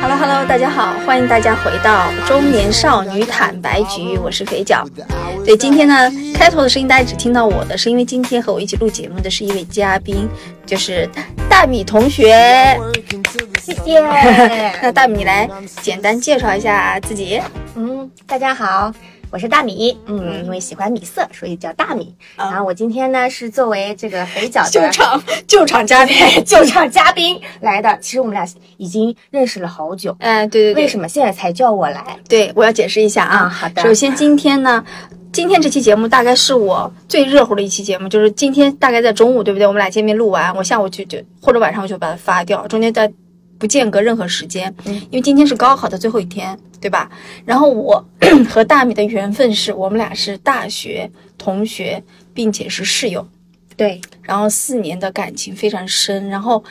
Hello Hello，大家好，欢迎大家回到中年少女坦白局，我是肥脚。对，今天呢，开头的声音大家只听到我的，是因为今天和我一起录节目的是一位嘉宾，就是大米同学。谢谢。 那大米，你来简单介绍一下自己。嗯，大家好，我是大米。嗯，因为喜欢米色，所以叫大米。啊然后我今天呢是作为这个肥脚的救场救场嘉宾。救场嘉宾来的。其实我们俩已经认识了好久，哎，对对对，为什么现在才叫我来？对，我要解释一下啊。啊好的首先，今天呢，今天这期节目大概是我最热乎的一期节目，就是今天大概在中午，对不对？我们俩见面录完，我下午就就或者晚上我就把它发掉，中间再不间隔任何时间，嗯因为今天是高考的最后一天，对吧？然后我 和大米的缘分是我们俩是大学同学，并且是室友。对，然后四年的感情非常深，然后，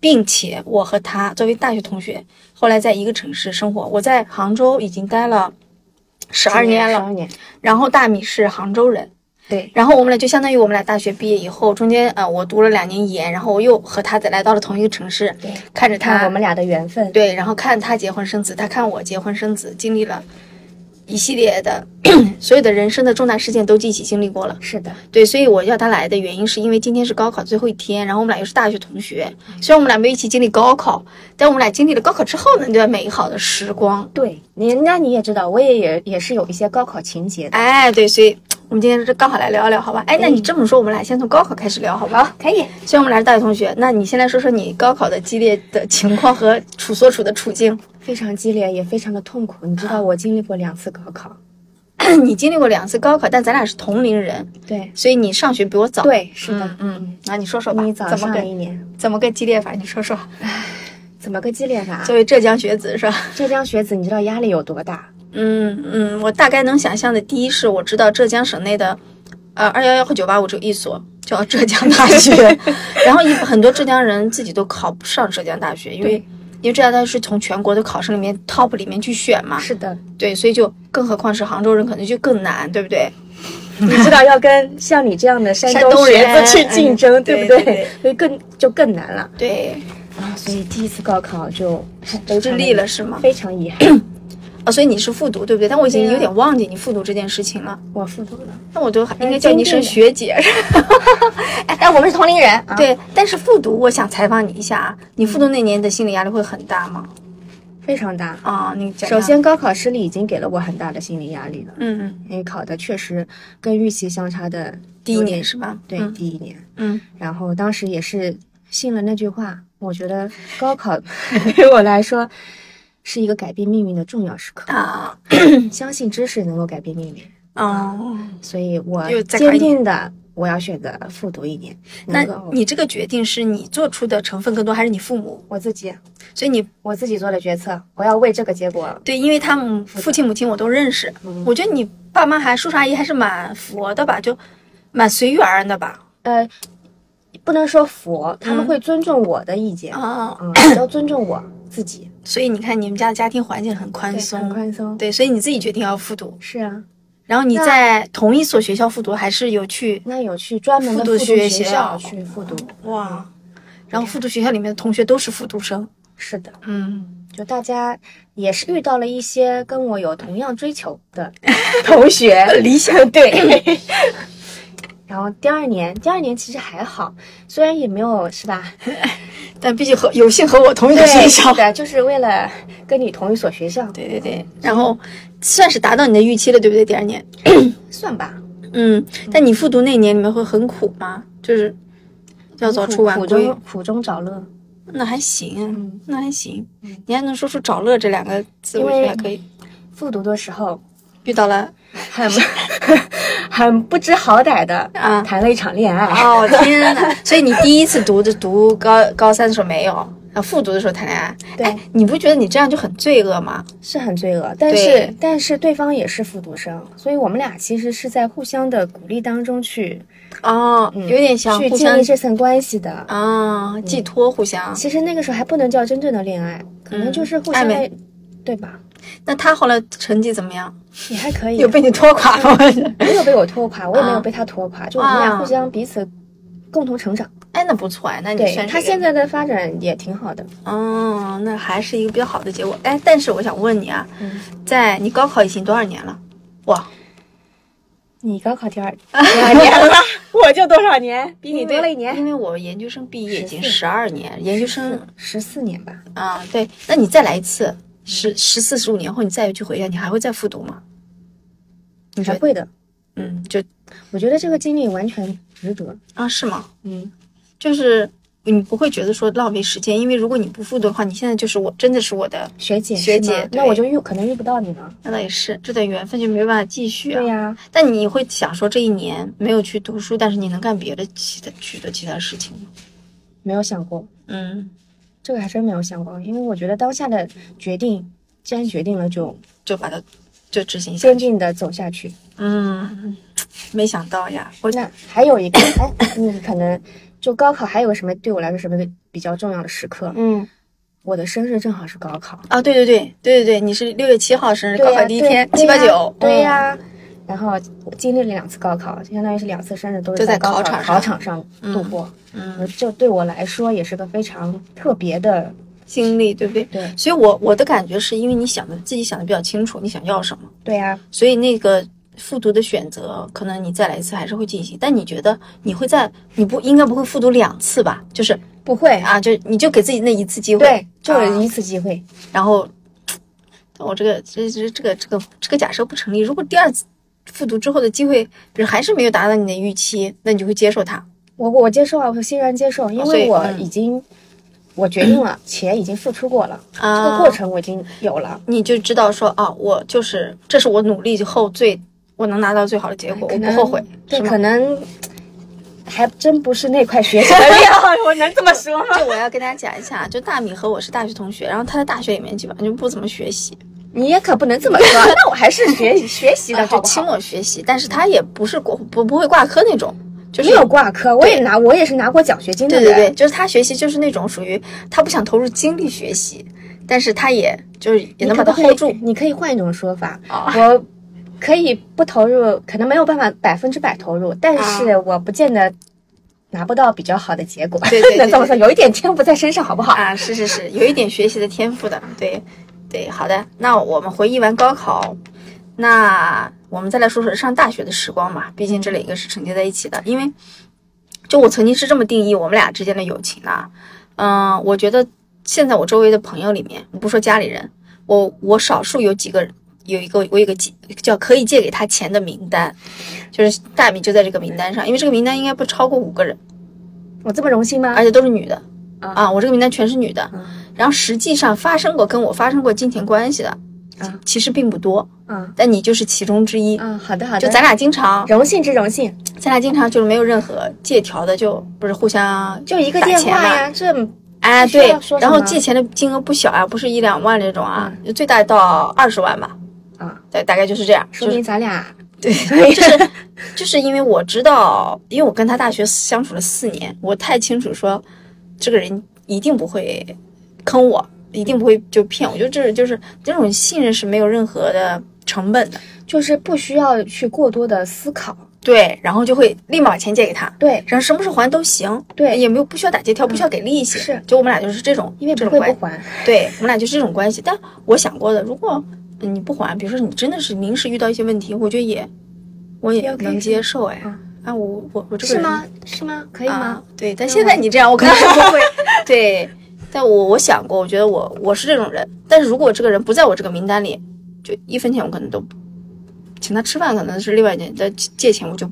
并且我和他作为大学同学，后来在一个城市生活。我在杭州已经待了十二年十了，啊二年。然后大米是杭州人，对，然后我们俩就相当于我们俩大学毕业以后，中间呃我读了两年研，然后我又和他在来到了同一个城市对，看着看他我们俩的缘分。对，然后看他结婚生子，他看我结婚生子，经历了一系列的 所有的人生的重大事件都一起经历过了。是的，对，所以我要他来的原因是因为今天是高考最后一天，然后我们俩又是大学同学，虽然我们俩没有一起经历高考，但我们俩经历了高考之后呢，那段美好的时光。对，你那你也知道，我也也也是有一些高考情节的。哎，对，所以我们今天这刚好来聊一聊，好吧？哎，那你这么说，我们俩先从高考开始聊，好吧？可以，虽然我们俩是大学同学，那你先来说说你高考的激烈的情况和处所处的处境。 非常激烈，也非常的痛苦。你知啊道，我经历过两次高考。你经历过两次高考，但咱俩是同龄人，对，所以你上学比我早。，对，是的，嗯嗯，那你说说吧，你早怎么上一啊个年。怎么个激烈法？你说说。怎么个激烈法？作为浙江学子是吧？浙江学子，你知道压力有多大？嗯，嗯，我大概能想象的，第一是我知道浙江省内的，呃，二幺幺和九八五只有一所叫浙江大学， 然后一很多浙江人自己都考不上浙江大学，因为对因为浙江大学是从全国的考生里面 top 里面去选嘛，是的，对，所以就更何况是杭州人，可能就更难，对不对？你知道要跟像你这样的山山东东学人子去竞争，嗯对不对对对所以更就更难了对，啊。所以第一次高考就智力了是吗？非常遗 憾，啊，所以你是复读，对不对？但我已经对啊有点忘记你复读这件事情了，我复读了。那我都应该叫你一声哎坚定的学 姐。哎，但我们是同龄人啊。，嗯对，但是复读，我想采访你一下啊，你复读那年的心理压力会很大吗？非常大。啊，你讲首讲，先，高考失利已经给了我很大的心理压力了，嗯嗯，因为考的确实跟预期相差的第一有年点是吧？对，嗯第一年。嗯，然后当时也是信了那句话，我觉得高考 对我来说是一个改变命运的重要时刻，啊，相信知识能够改变命运，哦，所以我又再看坚一定的我要选择复读一年，那能够你这个决定是你做出的成分更多，还是你父母？我自己所以你我自己做的决策，我要为这个结果，对，因为他们父亲母嗯亲我都认识，我觉得你爸妈还叔叔阿姨还是蛮佛的吧，就蛮随遇而安的吧。呃，不能说佛，他们会尊重我的意见，嗯哦，嗯，也要尊重我自己，所以你看你们家的家庭环境很宽对很松，宽松，对，所以你自己决定要复读，是啊，然后你那在同一所学校复读，还是有去那有去专门的复复读读学学校校去复读，哇，然后复读学校里面的同学都是复读生，是的。嗯，就大家也是遇到了一些跟我有同样追求的 同学，理想 对。然后第二年，第二年其实还好，虽然也没有是吧？但毕竟和有幸和我同一个学对，校是，的，就是为了跟你同一所学校，对对对，然后算是达到你的预期了，对不对？第二年，算吧。嗯，但你复读那年你们会很苦吗？就是要早出晚苦归中，苦中找乐，那还行啊，嗯那还行，你还能说出找乐这两个字，我觉得还可以。复读的 时候遇到了很 很不知好歹的啊谈了一场恋爱，哦天哪！ 所以你第一次读的读高高三的时候没有，啊，复读的时候谈恋爱，对哎，你不觉得你这样就很罪恶吗？是很罪恶。但是对但是对方也是复读生，所以我们俩其实是在互相的鼓励当中去哦，有点像去互建相立这层关系的。啊，寄托互相。其实那个时候还不能叫真正的恋爱，可能就是互嗯暧相昧的，对吧？那他后来成绩怎么样？也还可以，有被你拖垮吗？没有被我拖垮，我也没有啊被他拖垮，就我们啊俩互相彼此共同成长。哎，那不错哎，那你对算是他现在的发展也挺好的。哦，那还是一个比较好的结果。哎，但是我想问你啊，嗯在你高考已经多少年了？哇，你高考第二啊第二年 了，我就多少年？比你多了一年，因为我研究生毕业已经14十二年，研究生十四嗯年吧。啊，对，那你再来一次，十十四十五年后你再去回想，你还会再复读吗？你觉还得？会的，嗯，就我觉得这个经历完全值得。啊，是吗？嗯，就是你不会觉得说浪费时间，因为如果你不复读的话，你现在就是我真的是我的，学姐，学姐是吗对那我就遇可能遇不到你了。那倒也是，这段缘分就没办法继续啊。对呀、但你会想说这一年没有去读书，但是你能干别的其他许多其他事情吗？没有想过，嗯，这个还真没有想过，因为我觉得当下的决定，既然决定了，就就把它就执行下坚去。定的走下去。嗯，没想到呀，我那还有一个，哎，你可能就高考还有个什么对我来说什么比较重要的时刻？嗯我的生日正好是高考，啊，对对对对对对，你是六月七号生日，对高呀考第一天，对七八对呀九，对嗯呀、然后我经历了两次高考，相当于是两次生日都都是在高考考场上考场上度过，嗯，这对我来说也是个非常特别的，嗯经历对不对？对所以我我的感觉是因为你想的自己想的比较清楚，你想要什么，对呀、所以那个复读的选择，可能你再来一次还是会进行。但你觉得你会在你不应该不会复读两次吧？就是不会，啊，就你就给自己那一次机会，对，就啊有一次机会，然后我这个这这这个这个这个假设不成立。如果第二次复读之后的机会，比如还是没有达到你的预期，那你就会接受它。我我接受啊，我欣然接受，因所以为我嗯已经、我决定了， 且已经付出过了，啊这个过程我已经有了。你就知道说啊，我就是这是我努力后最我能拿到最好的结果，我可不能后悔，对，是吗 可？能还真不是那块学习的料， 我能这么说吗？就我要跟大家讲一下，就大米和我是大学同学，然后他在大学里面基本上就不怎么学习，你也可不能这么说，啊那我还是 学习学习的啊就好不请好？我学习，但是他也不是过不不会挂科那种，就是没有挂科，我也拿，我也是拿过奖学金的对人。对对，就是他学习就是那种属于他不想投入精力学习，但是他也就是也你能把可它不 hold 可以住。你可以换一种说法，啊我可以不投入，可能没有办法百分之百投入，但啊是我不见得拿不到比较好的结果。对对对 能这么说，有一点天赋在身上，好不好？啊，是是是，有一点学习的天赋的，对对，好的。那我们回忆完高考，那我们再来说说上大学的时光嘛，毕竟这两个是承接在一起的。因为就我曾经是这么定义我们俩之间的友情的啊，嗯、我觉得现在我周围的朋友里面，我不说家里人，我我少数有几个人。有一个，我有一个借叫可以借给他钱的名单，就是大米就在这个名单上，因为这个名单应该不超过五个人，我这么荣幸吗而？且都是女的啊啊，我这个名单全是女的，嗯然后实际上发生过跟我发生过金钱关系的，啊其实并不多，嗯但你就是其中之一。嗯，好的好的，就咱俩经常，荣幸之荣幸，咱俩经常就是没有任何借条的，就不是互相就一个打电钱话嘛。呀，这哎，不需要对说，什然么嗯后借钱的金额不小啊，不是一两万那种啊，最大到二十万吧。啊，对，大概就是这样。说就是明咱俩对， 就是就是因为我知道，因为我跟他大学相处了四年，我太清楚说，这个人一定不会坑我，一定不会就骗我，就这就是这种信任是没有任何的成本的。就是不需要去过多的思考。对，然后就会立马把钱借给他，对，然后什么时候还都行，对也没有不需要打借条，不需要给利息，是就我们俩就是这种，因为这不种会关系不。还，对我们俩就是这种关系。但我想过的，如果你不还，比如说你真的是临时遇到一些问题，我觉得也我也也 OK 能接受哎。嗯啊，我我我这个是人吗？是吗？可以啊吗？，对，但现在你这样，我可 能不会。对，但我我想过，我觉得我我是这种人，但是如果这个人不在我这个名单里，就一分钱我可能都不请他吃饭，可能是另外一件，但借钱我就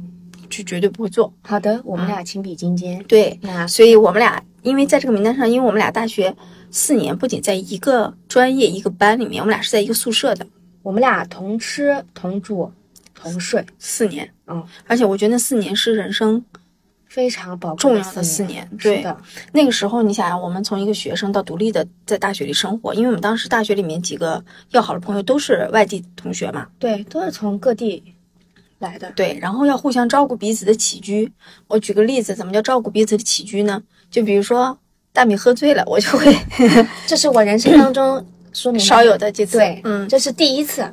就绝对不会做。好的，我们俩情比金坚。对，那啊所以我们俩因为在这个名单上，因为我们俩大学四年不仅在一个专业一个班里面，我们俩是在一个宿舍的我们俩同吃同住同睡，四年，嗯，而且我觉得那四年是人生非常宝贵重要的四四年。年。是对，的，那个时候你想啊想，我们从一个学生到独立的在大学里生活，因为我们当时大学里面几个要好的朋友都是外地同学嘛，对，都是从各地来的。对，然后要互相照顾彼此的起居。我举个例子，怎么叫照顾彼此的起居呢？就比如说大米喝醉了，我就会 这是我人生当中说明的少有的几次，对，嗯，这是第一次，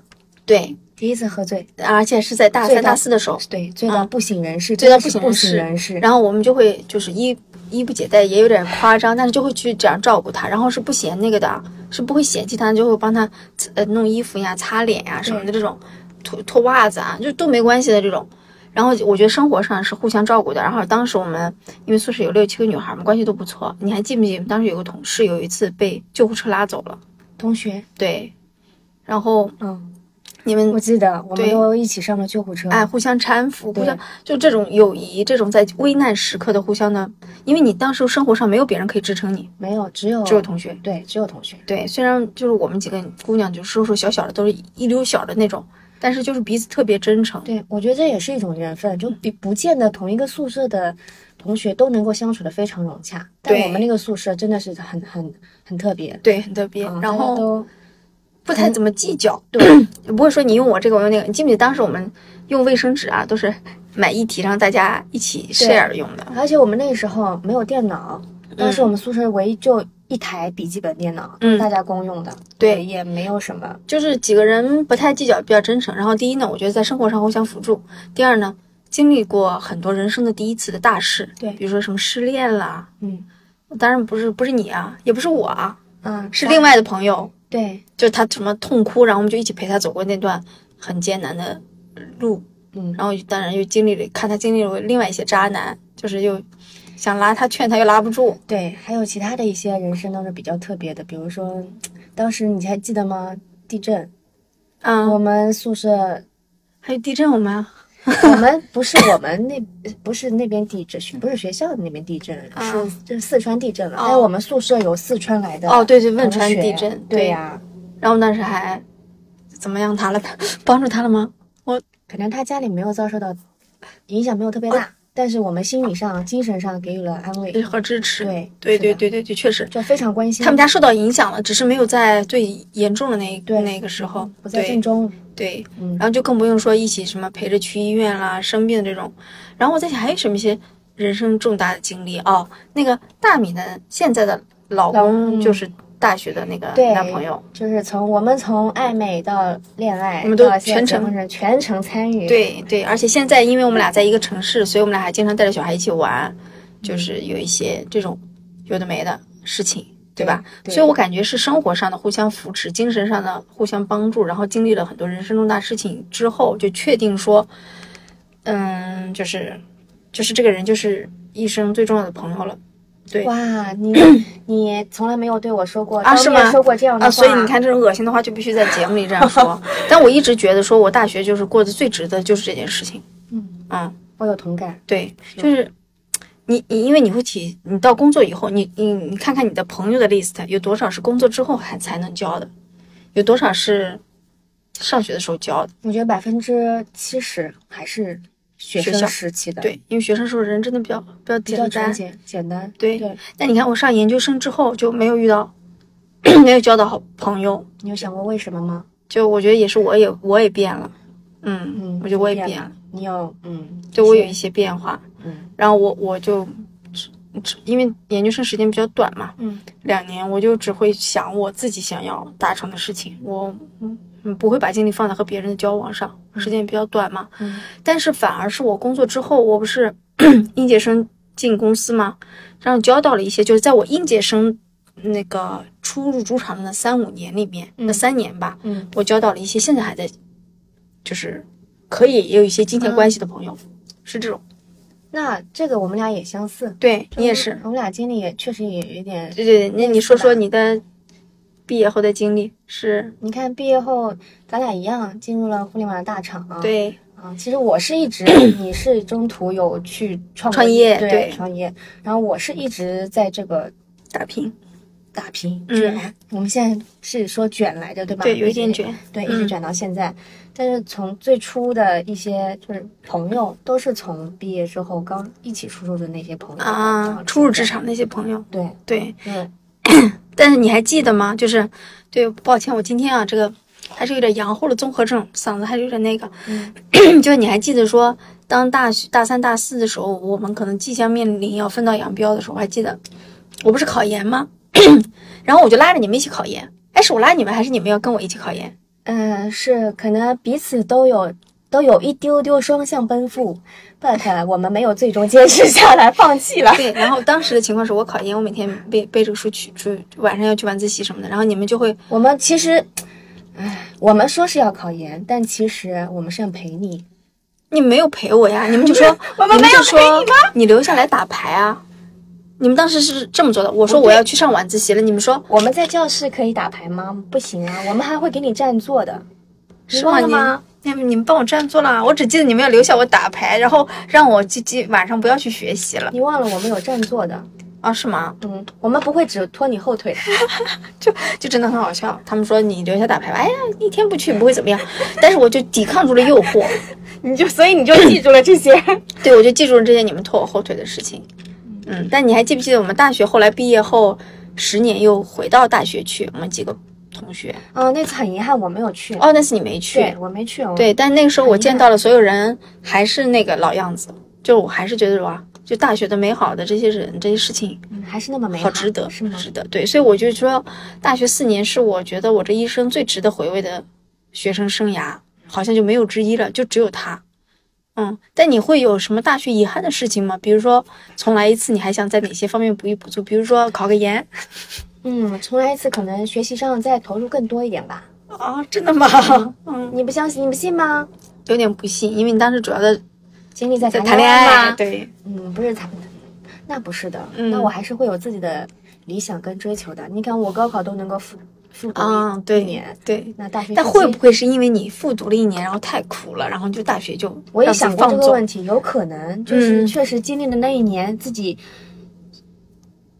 对，第一次喝醉，而且是在大醉三到大四的时候，对，醉到不省人事，嗯醉到真的是不不省省人人事。然后我们就会就是衣衣不解带，也有点夸张，但是就会去这样照顾他，然后是不嫌那个的，是不会嫌弃他，就会帮他呃弄衣服呀、擦脸呀什么的这种，脱脱袜子啊，就都没关系的这种。然后我觉得生活上是互相照顾的。然后当时我们因为宿舍有六七个女孩嘛，关系都不错。你还记不记得当时有个同事有一次被救护车拉走了？同学，对，然后嗯，你们我记得我们对都一起上了救护车。哎，互相搀扶，互嗯对相就这种友谊，这种在危难时刻的互相的，因为你当时生活上没有别人可以支撑你，没有，只有只有同学。对，只有同学。对，虽然就是我们几个姑娘，就瘦瘦小小的，都是一溜小的那种，但是就是彼此特别真诚。对，我觉得这也是一种缘分，就比不见得同一个宿舍的同学都能够相处的非常融洽。但对我们那个宿舍真的是很很很特别，对，很特别，然嗯大家后都不太怎么计较，对 不会说你用我这个，我用那个。你记不记得当时我们用卫生纸啊，都是买一体，让大家一起 share 用的。而且我们那时候没有电脑，当时我们宿舍唯一就一台笔记本电脑，嗯大家公用的，对也没有什么，就是几个人不太计较，比较真诚。然后第一呢，我觉得在生活上互相辅助；第二呢，经历过很多人生的第一次的大事，对比如说什么失恋啦，嗯当然不是不是你啊，也不是我啊，嗯，是另外的朋友，对，就是他什么痛哭，然后我们就一起陪他走过那段很艰难的路，嗯，然后当然又经历了，看他经历了另外一些渣男，就是又想拉他劝他又拉不住，对，还有其他的一些人生当中比较特别的，比如说当时你还记得吗？地震，我嗯，们宿舍还有地震我们啊我们不是我们那不是那边地震，不是学校的那边地震，啊是就是四川地震了。哦但是我们宿舍有四川来的哦对对汶同川学地震对对呀、然后当时还怎么样他了， 帮助他了吗？可能他家里没有遭受到影响，没有特别大，但是我们心理上、精神上给予了安慰，和支持，对对是的对对对对，确实，就非常关心。他们家受到影响了，只是没有在最严重的那一对嗯那个时候，不在正中，对对，嗯然后就更不用说一起什么陪着去医院啦、生病这种。然后我在想，还有什么一些人生重大的经历哦？那个大米的现在的老老公嗯就是大学的那个对男朋友，就是从我们从暧昧到恋爱，我们都到现在全结程婚人全程参与。，对对，而且现在因为我们俩在一个城市，所以我们俩还经常带着小孩一起玩，嗯就是有一些这种有的没的事情，对吧？对所以我感觉是生活上的互相扶持，精神上的互相帮助，然后经历了很多人生重大事情之后，就确定说，嗯，就是就是这个人就是一生最重要的朋友了对哇， 你你从来没有对我说过啊当是面吗说过这样的话，啊。所以你看，这种恶心的话就必须在节目里这样 说。但我一直觉得，说我大学就是过得最值得就是这件事情。嗯嗯。我有同感。对，就是你你，因为你会体，你到工作以后，你你你看看你的朋友的 list 有多少是工作之后还才能交的，有多少是上学的时候交的。我觉得百分之七十还是学学校生时期的，，对，因为学生时候人真的比较比较比较简纯单。洁简单。对对，但你看我上研究生之后就没有遇到，没有交到好朋友，你有想过为什么吗？就我觉得也是我也我也变了，嗯，嗯我觉得我也你变变了了，你有嗯，对我有是一些变化。嗯然后我我就只只因为研究生时间比较短嘛，嗯，两年，我就只会想我自己想要达成的事情，我嗯嗯不会把精力放在和别人的交往上，时间也比较短嘛。嗯但是反而是我工作之后，我不是应届生进公司嘛，然后交到了一些，就是在我应届生那个初入职场的那三五年里面，那三年吧，嗯，我交到了一些现在还在，就是可以也有一些金钱关系的朋友，嗯是这种。那这个我们俩也相似，对你也是，我们俩经历也确实也有一点。对对，对那你说是吧说你的毕业后的经历是？你看毕业后，咱俩一样进入了互联网的大厂啊。对，啊，其实我是 一直，你是中途有去创创过业对对创业，然后我是一直在这个打拼，打拼嗯卷、我们现在是说卷来着，对吧？对，有一点，卷，对，一嗯直卷到现在。但是从最初的一些就是朋友，都是从毕业之后刚一起出入的那些朋友然啊后，初入职现场那些朋友，在。对，对，嗯，但是你还记得吗？就是，对，抱歉，我今天啊，这个还是有点阳后的综合症，嗓子还是有点那个。嗯 就是你还记得说，当大学大三、大四的时候，我们可能即将面临要分道扬镳的时候，我还记得，我不是 考研吗？然后我就拉着你们一起考研。哎，是我拉你们，还是你们要跟我一起考研？嗯，是可能彼此都有都有一丢丢双向奔赴，but 我们没有最终坚持下来，放弃了。对，然后当时的情况是我考研，我每天背背着书去去，晚上要去晚自习什么的，然后你们就会我们其实，唉，我们说是要考研，但其实我们是要陪你。你没有陪我呀，你们就说我们没有你就说陪你吗你留下来打牌啊。你们当时是这么做的，我说我要去上晚自习了，你们说我们在教室可以打牌吗？不行啊，我们还会给你占座的。你是忘吗？了吗？你你们帮我占座啦，我只记得你们要留下我打牌，然后让我记记晚上不要去学习了你忘了我们有占座的。啊？是吗？嗯，我们不会只拖你后腿的。就真的很好笑。他们说你留下打牌吧，哎呀，一天不去不会怎么样， 但是我就抵抗住了诱惑， 你就所以你就记住了这 些。对我就记住了这些你们拖我后腿的事情。嗯，但你还记不记得我们大学后来毕业后十年又回到大学去，我们几个同学？嗯，那次很遗憾我没有去。哦，那次你没去，对，我没去哦。，对，但那个时候我见到了所有人，还是那个老样子，就是我还是觉得哇，就大学的美好的这些人这些事情，嗯，还是那么美好，好值得，是吗？值得。对，所以我就说，大学四年是我觉得我这一生最值得回味的学生生涯，好像就没有之一了，就只有它。嗯，但你会有什么大学遗憾的事情吗？比如说重来一次，你还想在哪些方面补一补足？比如说考个研嗯，重来一次，可能学习上再投入更多一点吧。啊、真的吗？嗯，你不相信？你不信吗？ 有点不信，因为你当时主要的经历在在谈谈恋爱，吗？对，嗯，不是谈，那不是的。嗯那我还是会有自己的理想跟追求的。你看，我高考都能够复复读啊、一一对年，对。那大学但时会期不会是因为你复读了一年，然后太苦了，然后就大学就我也让自己想过这放个纵问题，有可能就是嗯确实经历了那一年，自己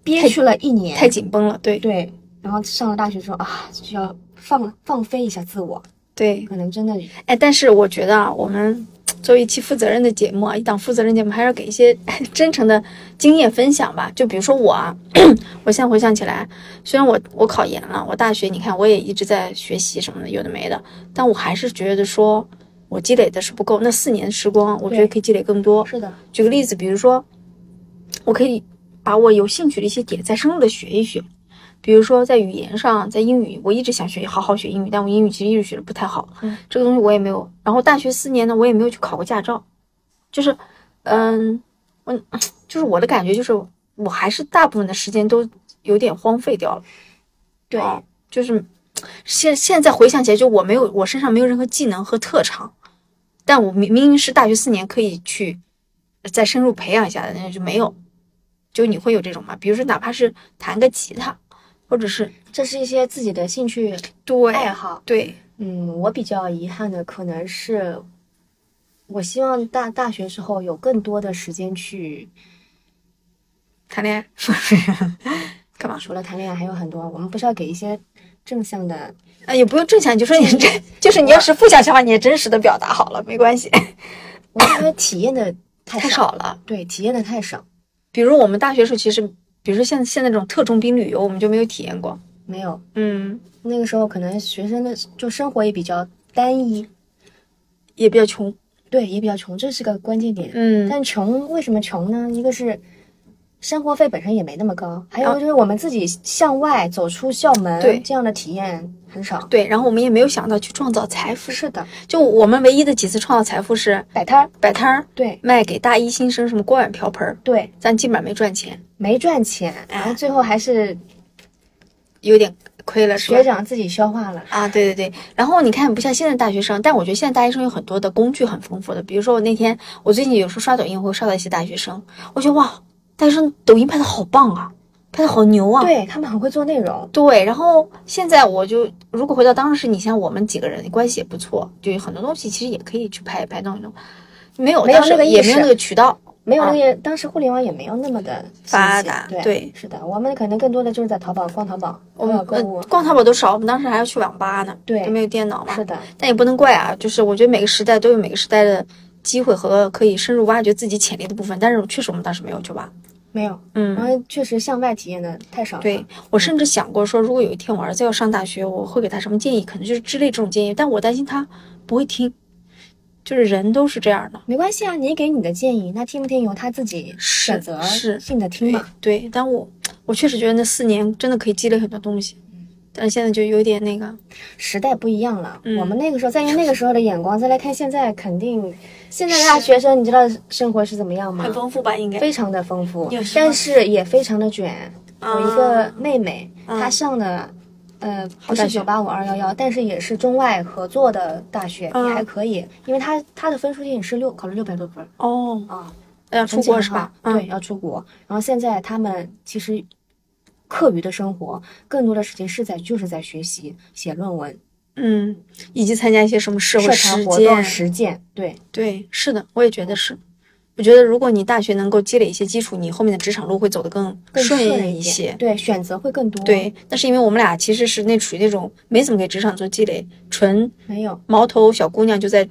憋屈了一年，太紧绷了？对对，然后上了大学之后啊，就要放放飞一下自我，对，可能真的哎，但是我觉得啊，我们作为一期负责任的节目啊，一档负责任节目，还是要给一些 真诚的经验分享吧。就比如说我啊， 我现在回想起来，虽然我我考研了，我大学你看我也一直在学习什么的，有的没的，但我还是觉得说我积累的是不够。那四年时光，我觉得对可以积累更多。是的，举个例子，比如说，我可以把我有兴趣的一些点再深入的学一学，比如说在语言上，在英语，我一直想学好好学英语，但我英语其实一直学的不太好，嗯这个东西我也没有。然后大学四年呢，我也没有去考过驾照，就是，嗯，我就是我的感觉就是，我还是大部分的时间都有点荒废掉了，对啊就是现现在回想起来，就我没有我身上没有任何技能和特长，但我明明明是大学四年可以去再深入培养一下的，那就没有。就你会有这种吗？比如说，哪怕是弹个吉他，或者是哦这是一些自己的兴趣对爱好。对，嗯，我比较遗憾的可能是，我希望大大学时候有更多的时间去，谈恋爱 干嘛？除了谈恋爱还有很多，我们不是要给一些正向的，啊，也不用正向，就说 你这，就是你要是负向想法，你也真实的表达好了，没关系。 我觉得体验的太太少了。对，体验的太少，比如我们大学时候，其实，比如说像现在这种特种兵旅游，我们就没有体验过。没有嗯，那个时候可能学生的就生活也比较单一，也比较穷。对，也比较穷，这是个关键点。嗯，但穷为什么穷呢？一个是生活费本身也没那么高，还有就是我们自己向外走出校门，啊对这样的体验很少。对。然后我们也没有想到去创造财富，是的，就我们唯一的几次创造财富是摆摊儿，摆摊儿，对卖给大一新生什么锅碗瓢盆儿，对，但基本上没赚钱，没赚钱，然哎后最后还是有点亏了，是吧学？长自己消化了。啊，对对对，然后你看，不像现在大学生，但我觉得现在大学生有很多的工具很丰富的，比如说我那天，我最近有时候刷抖音会刷到一些大学生，我觉得哇，大学生抖音拍的好棒啊，拍的好牛啊，对他们很会做内容，对，然后现在我就如果回到当时，你像我们几个人关系也不错，就有很多东西其实也可以去拍一拍弄一弄，没有没有当时那个意也没有识那个渠道，没有那个、当时互联网也没有那么的啊发信息达对，对是的，我们可能更多的就是在淘宝逛淘宝，我淘们宝购物呃。逛淘宝都少，我们当时还要去网吧呢，对就没有电脑嘛是。的，但也不能怪啊，就是我觉得每个时代都有每个时代的机会和可以深入挖掘自己潜力的部分，但是确实我们当时没有去挖。没有，嗯，然后确实向外体验的太少了。对我甚至想过说，如果有一天我儿子要上大学，我会给他什么建议，可能就是之类这种建议，但我担心他不会听，就是人都是这样的。没关系啊，你给你的建议，那听不听由他自己选择是是性的听对嘛。对，但我我确实觉得那四年真的可以积累很多东西，但是现在就有点那个，时代不一样了，嗯我们那个时候再用那个时候的眼光再来看现在，肯定现在的大学生，你知道生活是怎么样吗很？丰富吧？应该非常的丰富有，什么但是也非常的卷。啊我一个妹妹，啊她上的呃嗯不大是学九八五二幺幺，但是也是中外合作的大学，啊也还可以，因为她她的分数线是六，考了六百多分儿哦，啊，要出国是吧？嗯很强哈对，，要出国。然后现在他们其实课余的生活，更多的事情是在就是在学习、写论文、嗯，以及参加一些什么社会社实团活动、践，实践，对。对，是的，我也嗯觉得是。我觉得如果你大学能够积累一些基础，你后面的职场路会走得更更顺顺一些点，。对，选择会更多。，对，但是因为我们俩其实是那处于那种没怎么给职场做积累，纯没有，毛头小姑娘就在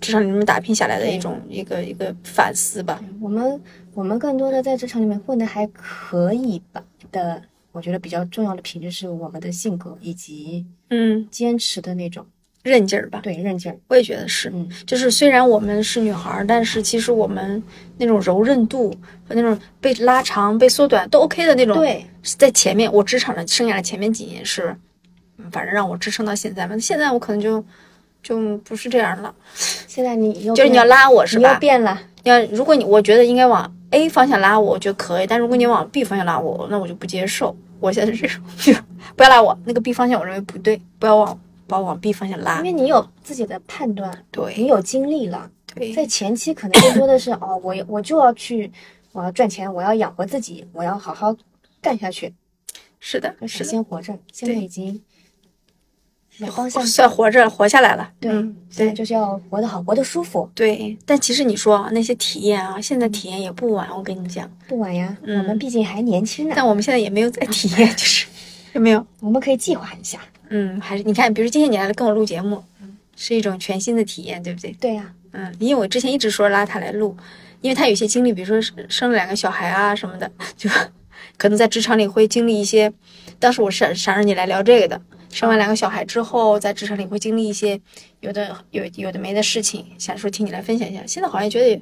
职场里面打拼下来的一嗯种一个一个反思吧。我们我们更多的在职场里面混的还可以吧的，我觉得比较重要的品质是我们的性格以及嗯，坚持的那种，韧劲儿吧，对，韧劲儿。我也觉得是。嗯，就是虽然我们是女孩儿，但是其实我们那种柔韧度和那种被拉长、被缩短都 OK 的那种。，对，在前面我职场的生涯的前面几年是，嗯反正让我支撑到现在吧。现在我可能就就不是这样了，现在你又就是你要变，拉我是你吧又？变了，要如果你我觉得应该往 A 方向拉我，我觉得可以；但如果你往 B 方向拉我，那我就不接受。我现在是这种， 就不要拉我那个 B 方向，我认为不对，不要往把我往 B 方向拉因。为你有自己的判断，你对有经历了，对在前期可能更多的是哦，我我就要去，我要赚钱，我要养活自己，我要好好干下去，是的，首是的，先活着。现在对已经两方向算活着，活下来了。对嗯现在对就是要活得好，活得舒服，对，但其实你说啊，那些体验啊，现在体验也不晚。我跟你讲，不晚呀。嗯我们毕竟还年轻呢，但我们现在也没有在体验，就是 有没有？我们可以计划一下。嗯，还是你看，比如今天你来跟我录节目，嗯是一种全新的体验，对不对？对呀、嗯，因为我之前一直说拉他来录，因为他有些经历，比如说生生了两个小孩啊什么的，就可能在职场里会经历一些。当时我是想让你来聊这个的，生完两个小孩之后，在职场里会经历一些有的有有的没的事情，想说听你来分享一下。现在好像觉得也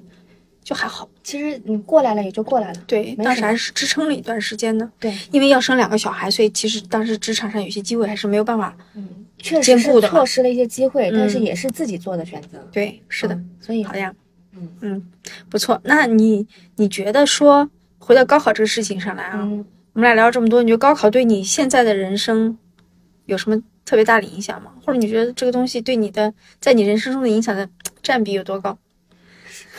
就还好，其实你过来了也就过来了。对，没当什时么还是支撑了一段时间呢。对，因为要生两个小孩，所以其实当时职场上有些机会还是没有办法。嗯，确实兼顾是的嘛错失了一些机会，嗯但是也是自己做的选择。对，是的。嗯所以好呀，嗯嗯，不错。那你你觉得说回到高考这个事情上来啊，嗯，我们俩聊了这么多，你觉得高考对你现在的人生有什么特别大的影响吗？或者你觉得这个东西对你的在你人生中的影响的占比有多高？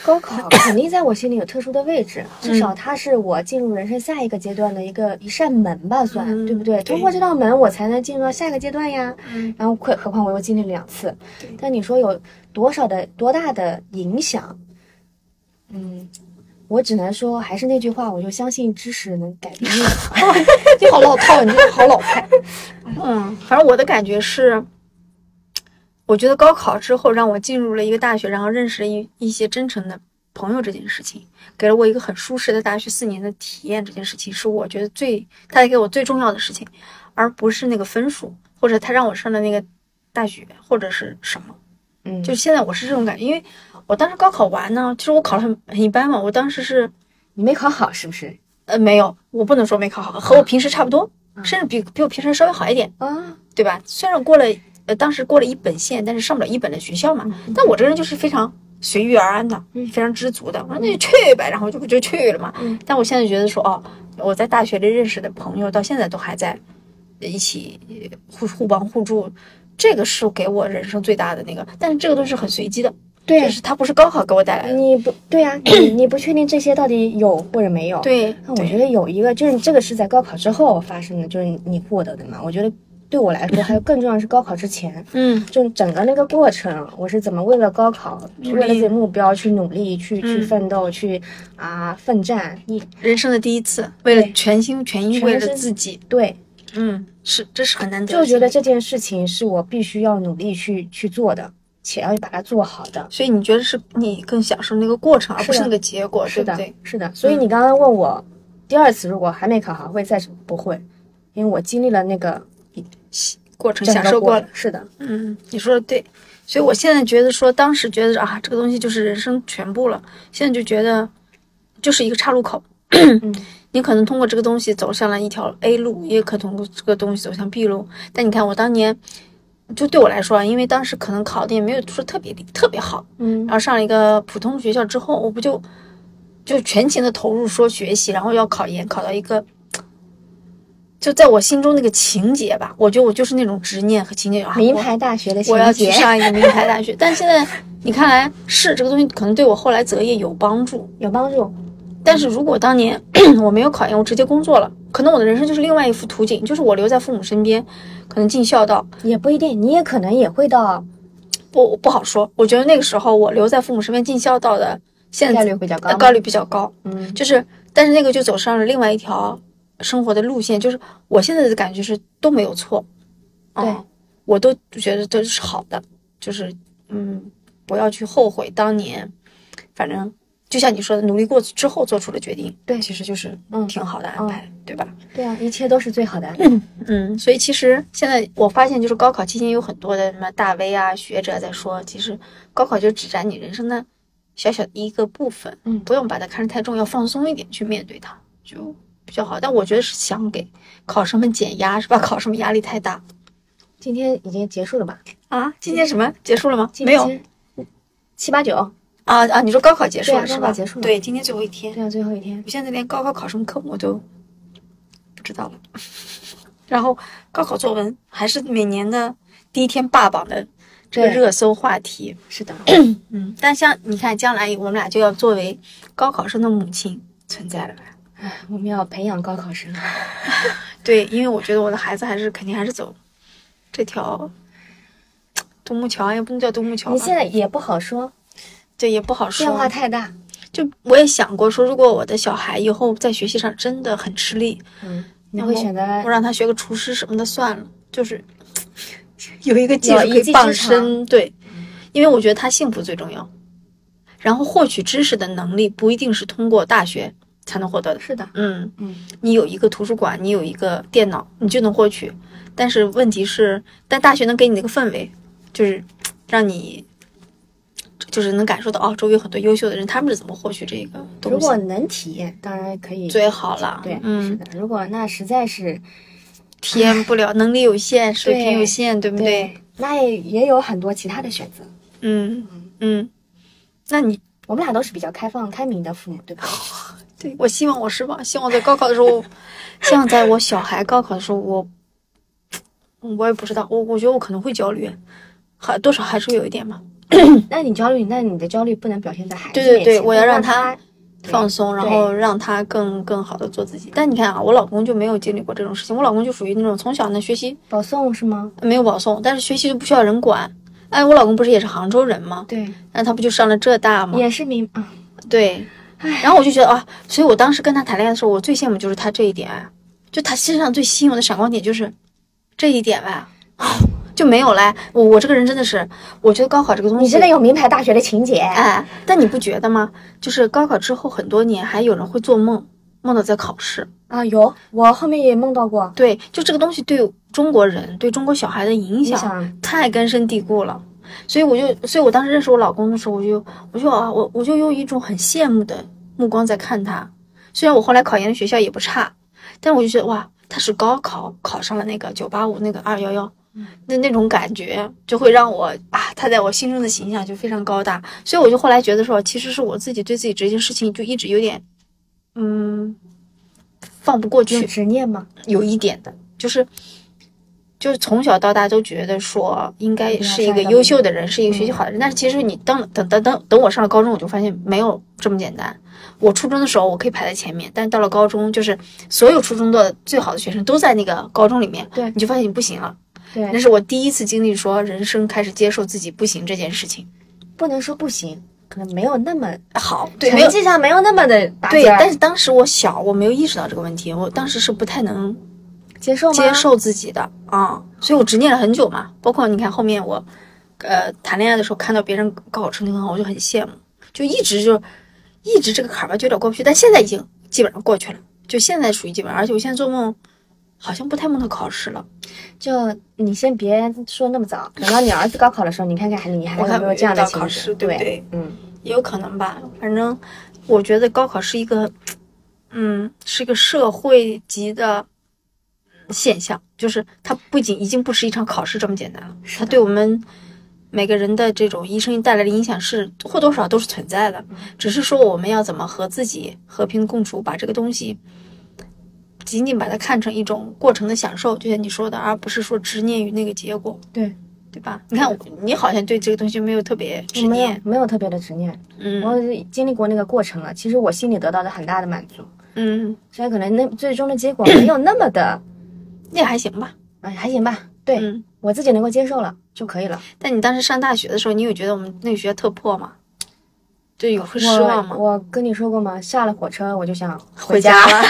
高考肯定在我心里有特殊的位置，啊至少它是我进入人生下一个阶段的一个一扇门吧，算、嗯对不对？对通过这道门，我才能进入到下一个阶段呀。嗯然后快，何况我又经历了两次对。但你说有多少的多大的影响？嗯，我只能说还是那句话，我就相信知识能改 变命运。你好老套，你这个好老派。嗯，反正我的感觉是，我觉得高考之后让我进入了一个大学，然后认识了一一些真诚的朋友这件事情，给了我一个很舒适的大学四年的体验。这件事情是我觉得最，它给我最重要的事情，而不是那个分数，或者他让我上的那个大学，或者是什么。嗯，就现在我是这种感觉，因为我当时高考完呢，其实我考得很很一般嘛，我当时是。你没考好是不是？呃，没有，我不能说没考好，和我平时差不多，甚至比比我平时稍微好一点，啊，对吧？虽然过了，呃，当时过了一本线，但是上不了一本的学校嘛。嗯但我这个人就是非常随遇而安的，非常知足的。我说那就去呗，然后就就去了嘛。嗯但我现在觉得说，哦，我在大学里认识的朋友，到现在都还在一起呃互互帮互助。这个是给我人生最大的那个，但是这个都是很随机的，对嗯就是它不是高考给我带来的。你不对呀、你你不确定这些到底有或者没有。，对，那我觉得有一个就是这个是在高考之后发生的，就是你获得的嘛。我觉得对我来说，还有更重要的是高考之前，嗯，就整个那个过程，我是怎么为了高考，努力为了自己的目标去努力，去去嗯奋斗，去啊奋战。你人生的第一次，为了对全心全意全为了身自己，对，嗯，是，这是很难得的就经历。觉得这件事情是我必须要努力去去做的，且要把它做好的。所以你觉得是你更享受那个过程，而是不是的那个结果，是哦对不的，对？嗯是的。所以你刚刚问我，第二次如果还没考好，会再什么不会？因为我经历了那个过程整享个受过过程了，是的，嗯，你说的对。所以我现在觉得说，当时觉得啊，这个东西就是人生全部了，现在就觉得就是一个岔路口。嗯 你可能通过这个东西走上了一条 A 路，也可通过这个东西走向 B 路。但你看我当年，就对我来说啊，因为当时可能考的也没有说特别特别好，嗯然后上了一个普通学校之后，我不就就全情的投入说学习，然后要考研，考到一个。就在我心中那个情节吧，我觉得我就是那种执念和情节，啊名我牌大学的情我要去节，上一个名牌大学。但现在你看来是这个东西可能对我后来择业有帮助，有帮助。但是如果当年 我没有考研，我直接工作了，可能我的人生就是另外一幅图景，就是我留在父母身边，可能尽孝道，也不一定，你也可能也会到不不好说。我觉得那个时候我留在父母身边尽孝道的，现概在率会较高吗。概率比较嗯呃高，嗯，就是但是那个就走上了另外一条生活的路线，就是我现在的感觉是都没有错，对嗯我都觉得都是好的，就是嗯，不要去后悔当年，反正就像你说的，努力过之后做出的决定，对其实就是嗯挺好的安排，对吧？对啊，一切都是最好的安排。嗯，所以其实现在我发现，就是高考期间有很多的什么大 V 啊、学者在说，其实高考就只占你人生的小小的一个部分，嗯不用把它看得太重要，放松一点去面对它就比较好。但我觉得是想给考生们减压，是吧？ 考生们压力太大今天已经结束了吧？啊。今天什么结束了吗？今没有天七八九，啊啊！你说高考结束对啊了是高考吧？结束了对，今天最后一天，对啊，最后一天我现在连高考考什么科目我都不知道了。然后高考作文还是每年的第一天霸榜的这个对热搜话题。是的，嗯，但像你看，将来我们俩就要作为高考生的母亲存在了吧？我们要培养高考生。对，因为我觉得我的孩子还是肯定还是走这条独木桥，也不能叫独木桥你吧现？在也不好说，对，也不好说。变化太大。就我也想过说，如果我的小孩以后在学习上真的很吃力，嗯，你会选择我让他学个厨师什么的算了，就是有一个技有术一可以技之傍长身，对，因为我觉得他幸福最重要。然后获取知识的能力不一定是通过大学才能获得的，是的，嗯，嗯，你有一个图书馆，你有一个电脑，你就能获取。但是问题是，但大学能给你那个氛围，就是让你就是能感受到哦，周围有很多优秀的人，他们是怎么获取这个如东西果能体验，当然可以。最好了。对，是嗯，的。如果那实在是体验不 了，能力有限，水平有对限，对不对？对，那也也有很多其他的选择。嗯嗯，那你我们俩都是比较开放、开明的父母，对吧？对我希望我是吧？希望在高考的时候，希望在我小孩高考的时候，我嗯我也不知道，我我觉得我可能会焦虑，还多少还是有一点吧。那你焦虑，那你的焦虑不能表现在孩子对对面前，对我要让让他放松，然后让他更更好的做自己。但你看啊，我老公就没有经历过这种事情，我老公就属于那种从小呢学习保送是吗？没有保送，但是学习就不需要人管。哎，我老公不是也是杭州人吗？对，那他不就上了浙大吗？也是明啊，对，然后我就觉得啊，所以我当时跟他谈恋爱的时候，我最羡慕就是他这一点，啊就他身上最吸引我的闪光点就是这一点吧， 就没有嘞。我我这个人真的是，我觉得高考这个东西，你真的有名牌大学的情节，哎，但你不觉得吗？就是高考之后很多年，还有人会做梦，梦到在考试。啊，有，我后面也梦到过，对，就这个东西对中国人、对中国小孩的影响影响太根深蒂固了。所以我就，所以我当时认识我老公的时候，我就，我就啊，我我就用一种很羡慕的目光在看他。虽然我后来考研的学校也不差，但我就觉得哇，他是高考考上了那个九八五那个二幺幺，那那种感觉就会让我啊，他在我心中的形象就非常高大。所以我就后来觉得说，其实是我自己对自己这件事情就一直有点，嗯，放不过去有。执念吗？有一点的，就是就是从小到大都觉得说应该是一个嗯优秀的人，是一个学习好的人。但是其实你当等等等等我上了高中，我就发现没有这么简单。我初中的时候我可以排在前面，但是到了高中，就是所有初中的最好的学生都在那个高中里面，对你就发现你不行了。那对，是我第一次经历说人生开始接受自己不行这件事情。不能说不行，可能没有那么好，对，没有成绩上没有那么的拔对，尖儿但是当时我小，我没有意识到这个问题，我当时是不太能接受吗？接受自己的啊、所以我执念了很久嘛。包括你看后面我，呃，谈恋爱的时候看到别人高考成绩很好，我就很羡慕，就一直就一直这个坎儿吧，就有点过不去。但现在已经基本上过去了，就现在属于基本上，而且我现在做梦好像不太梦到考试了。就你先别说那么早，等到你儿子高考的时候，你看看还你还我看有没有这样的遇到考情试节，对不对嗯，也有可能吧，反正我觉得高考是一个嗯，是个社会级的现象，就是它不仅已经不是一场考试这么简单了，是它的对我们每个人的这种一生带来的影响是或多或少都是存在的，只是说我们要怎么和自己和平共处，把这个东西仅仅把它看成一种过程的享受，就像你说的，而不是说执念于那个结果，对，对吧？你看我，你好像对这个东西没有特别执没有念，没有特别的执念，嗯我经历过那个过程了，其实我心里得到了很大的满足，嗯，虽然可能那最终的结果没有那么的，那还行吧，哎，还行吧，对、嗯。我自己能够接受了就可以了。但你当时上大学的时候，你有觉得我们那个学校特破吗？就有会我失望吗？我跟你说过吗？下了火车我就想回家家了。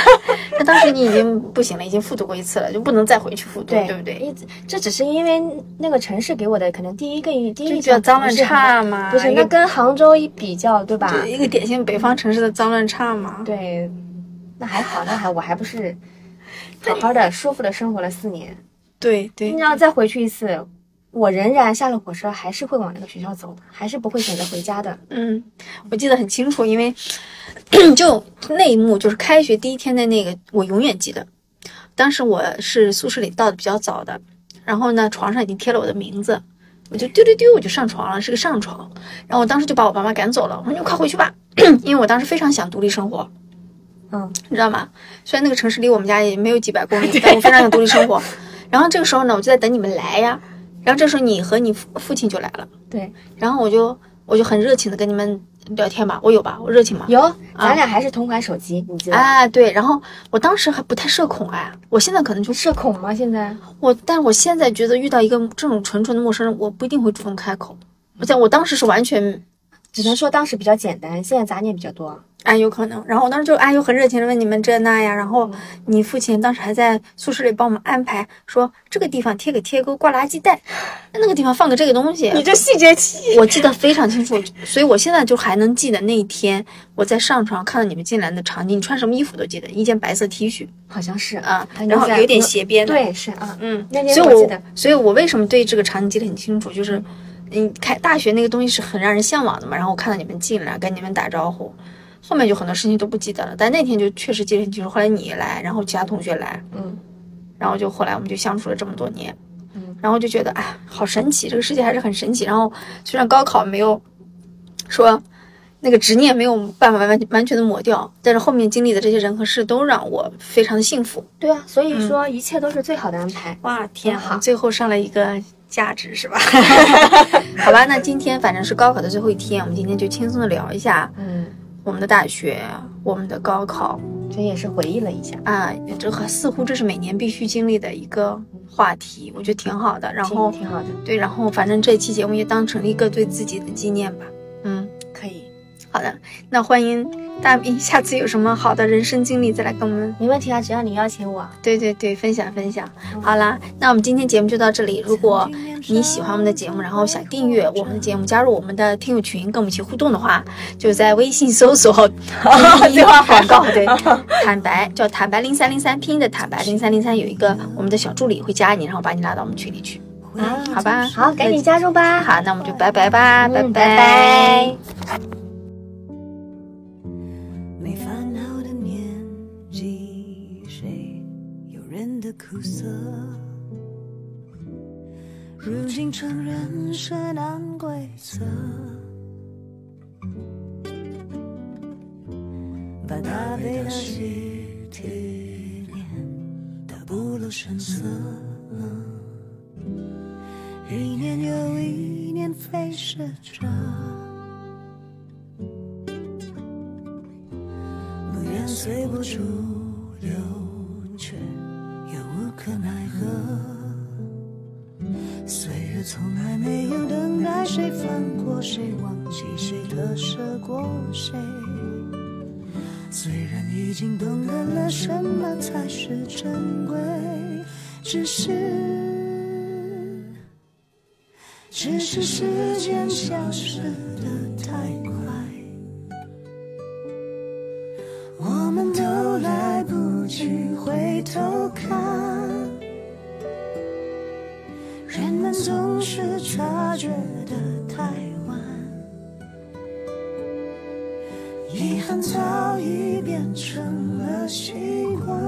那当时你已经不行了，已经复读过一次了，就不能再回去复读，对对不对？一直这只是因为那个城市给我的可能第一个印第一就比印较象脏乱不是很好，差嘛，不是一那个跟杭州一比较，对吧？就一个典型北方城市的脏乱差嘛。对，那还好，那还我还不是好好的舒服的生活了四年。对对你要再回去一次，我仍然下了火车还是会往那个学校走的，还是不会选择回家的。嗯，我记得很清楚，因为 就那一幕，就是开学第一天的那个，我永远记得。当时我是宿舍里到的比较早的，然后呢，床上已经贴了我的名字，我就丢丢丢，我就上床了，是个上床。然后我当时就把我爸妈赶走了，我说你快回去吧， 因为我当时非常想独立生活，嗯，你知道吗？虽然那个城市离我们家也没有几百 公里，但我非常想独立生活。然后这个时候呢，我就在等你们来呀。然后这时候你和你父父亲就来了。对，然后我就我就很热情的跟你们聊天嘛，我有吧，我热情嘛。有，咱俩还是同款手机，你记得？哎，对，然后我当时还不太社恐哎，我现在可能就社恐吗？现在我，但是我现在觉得遇到一个这种纯纯的陌生人，我不一定会主动开口。我想我当时是完全只能说当时比较简单，现在杂念比较多。哎有可能，然后我当时就哎又很热情的问你们这那呀，然后你父亲当时还在宿舍里帮我们安排，说这个地方贴个贴钩挂垃圾袋，那个地方放个这个东西，这细节期，我记得非常清楚，所以我现在就还能记得那一天我在上床看到你们进来的场景，你穿什么衣服都记得，一件白色 T 恤好像是啊还，能然后在嗯有点斜边的，对，是啊，嗯，那天所以我记我得所以我为什么对这个场景记得很清楚，就是嗯，开大学那个东西是很让人向往的嘛，然后我看到你们进来跟你们打招呼，后面就很多事情都不记得了，但那天就确实记得很清楚，后来你来，然后其他同学来，嗯，然后就后来我们就相处了这么多年，嗯，然后就觉得哎，好神奇，这个世界还是很神奇。然后虽然高考没有说那个执念没有办法完完完全的抹掉，但是后面经历的这些人和事都让我非常的幸福。对啊，所嗯以说一切都是最好的安排。哇，天好啊！最后上了一个价值是吧？ 好吧，那今天反正是高考的最后一天，我们今天就轻松的聊一下嗯，我们的大学、我们的高考这也是回忆了一下，啊，这和似乎这是每年必须经历的一个话题，我觉得挺好的。然挺后挺好的，对，然后反正这期节目也当成一个对自己的纪念吧。嗯，可以，好的，那欢迎大明下次有什么好的人生经历再来跟我们。没问题啊，只要你邀请我。对对对，分享分享。好啦，那我们今天节目就到这里。如果你喜欢我们的节目，然后想订阅我们的节目，加入我们的听友群，跟我们一起互动的话，就在微信搜索第一广告，对， 坦白叫坦白零三零三，拼音的坦白零三零三，有一个我们的小助理会加你，然后把你拉到我们群里去，啊好吧？好，赶紧加入吧。嗯好，那我们就拜拜吧，拜嗯，拜拜没烦恼的年纪，谁有人的苦涩？如今承认是难规则，把大悲的喜提炼得不露声色。一年又一年飞逝着。不愿随波逐流，却又无可奈何。岁月从来没有等待谁放过谁，忘记谁割舍过谁。虽然已经懂得了什么才是珍贵，只是，只是时间消失的太快。我们都来不及回头看，人们总是察觉得太晚，遗憾但早已变成了习惯。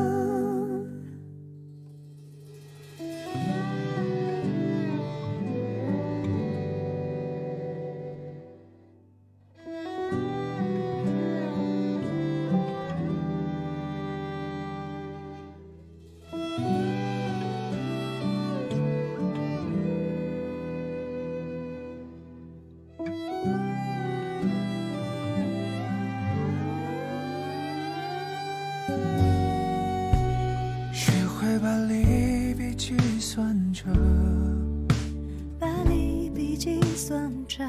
学会把利弊计算着。把利弊计算着。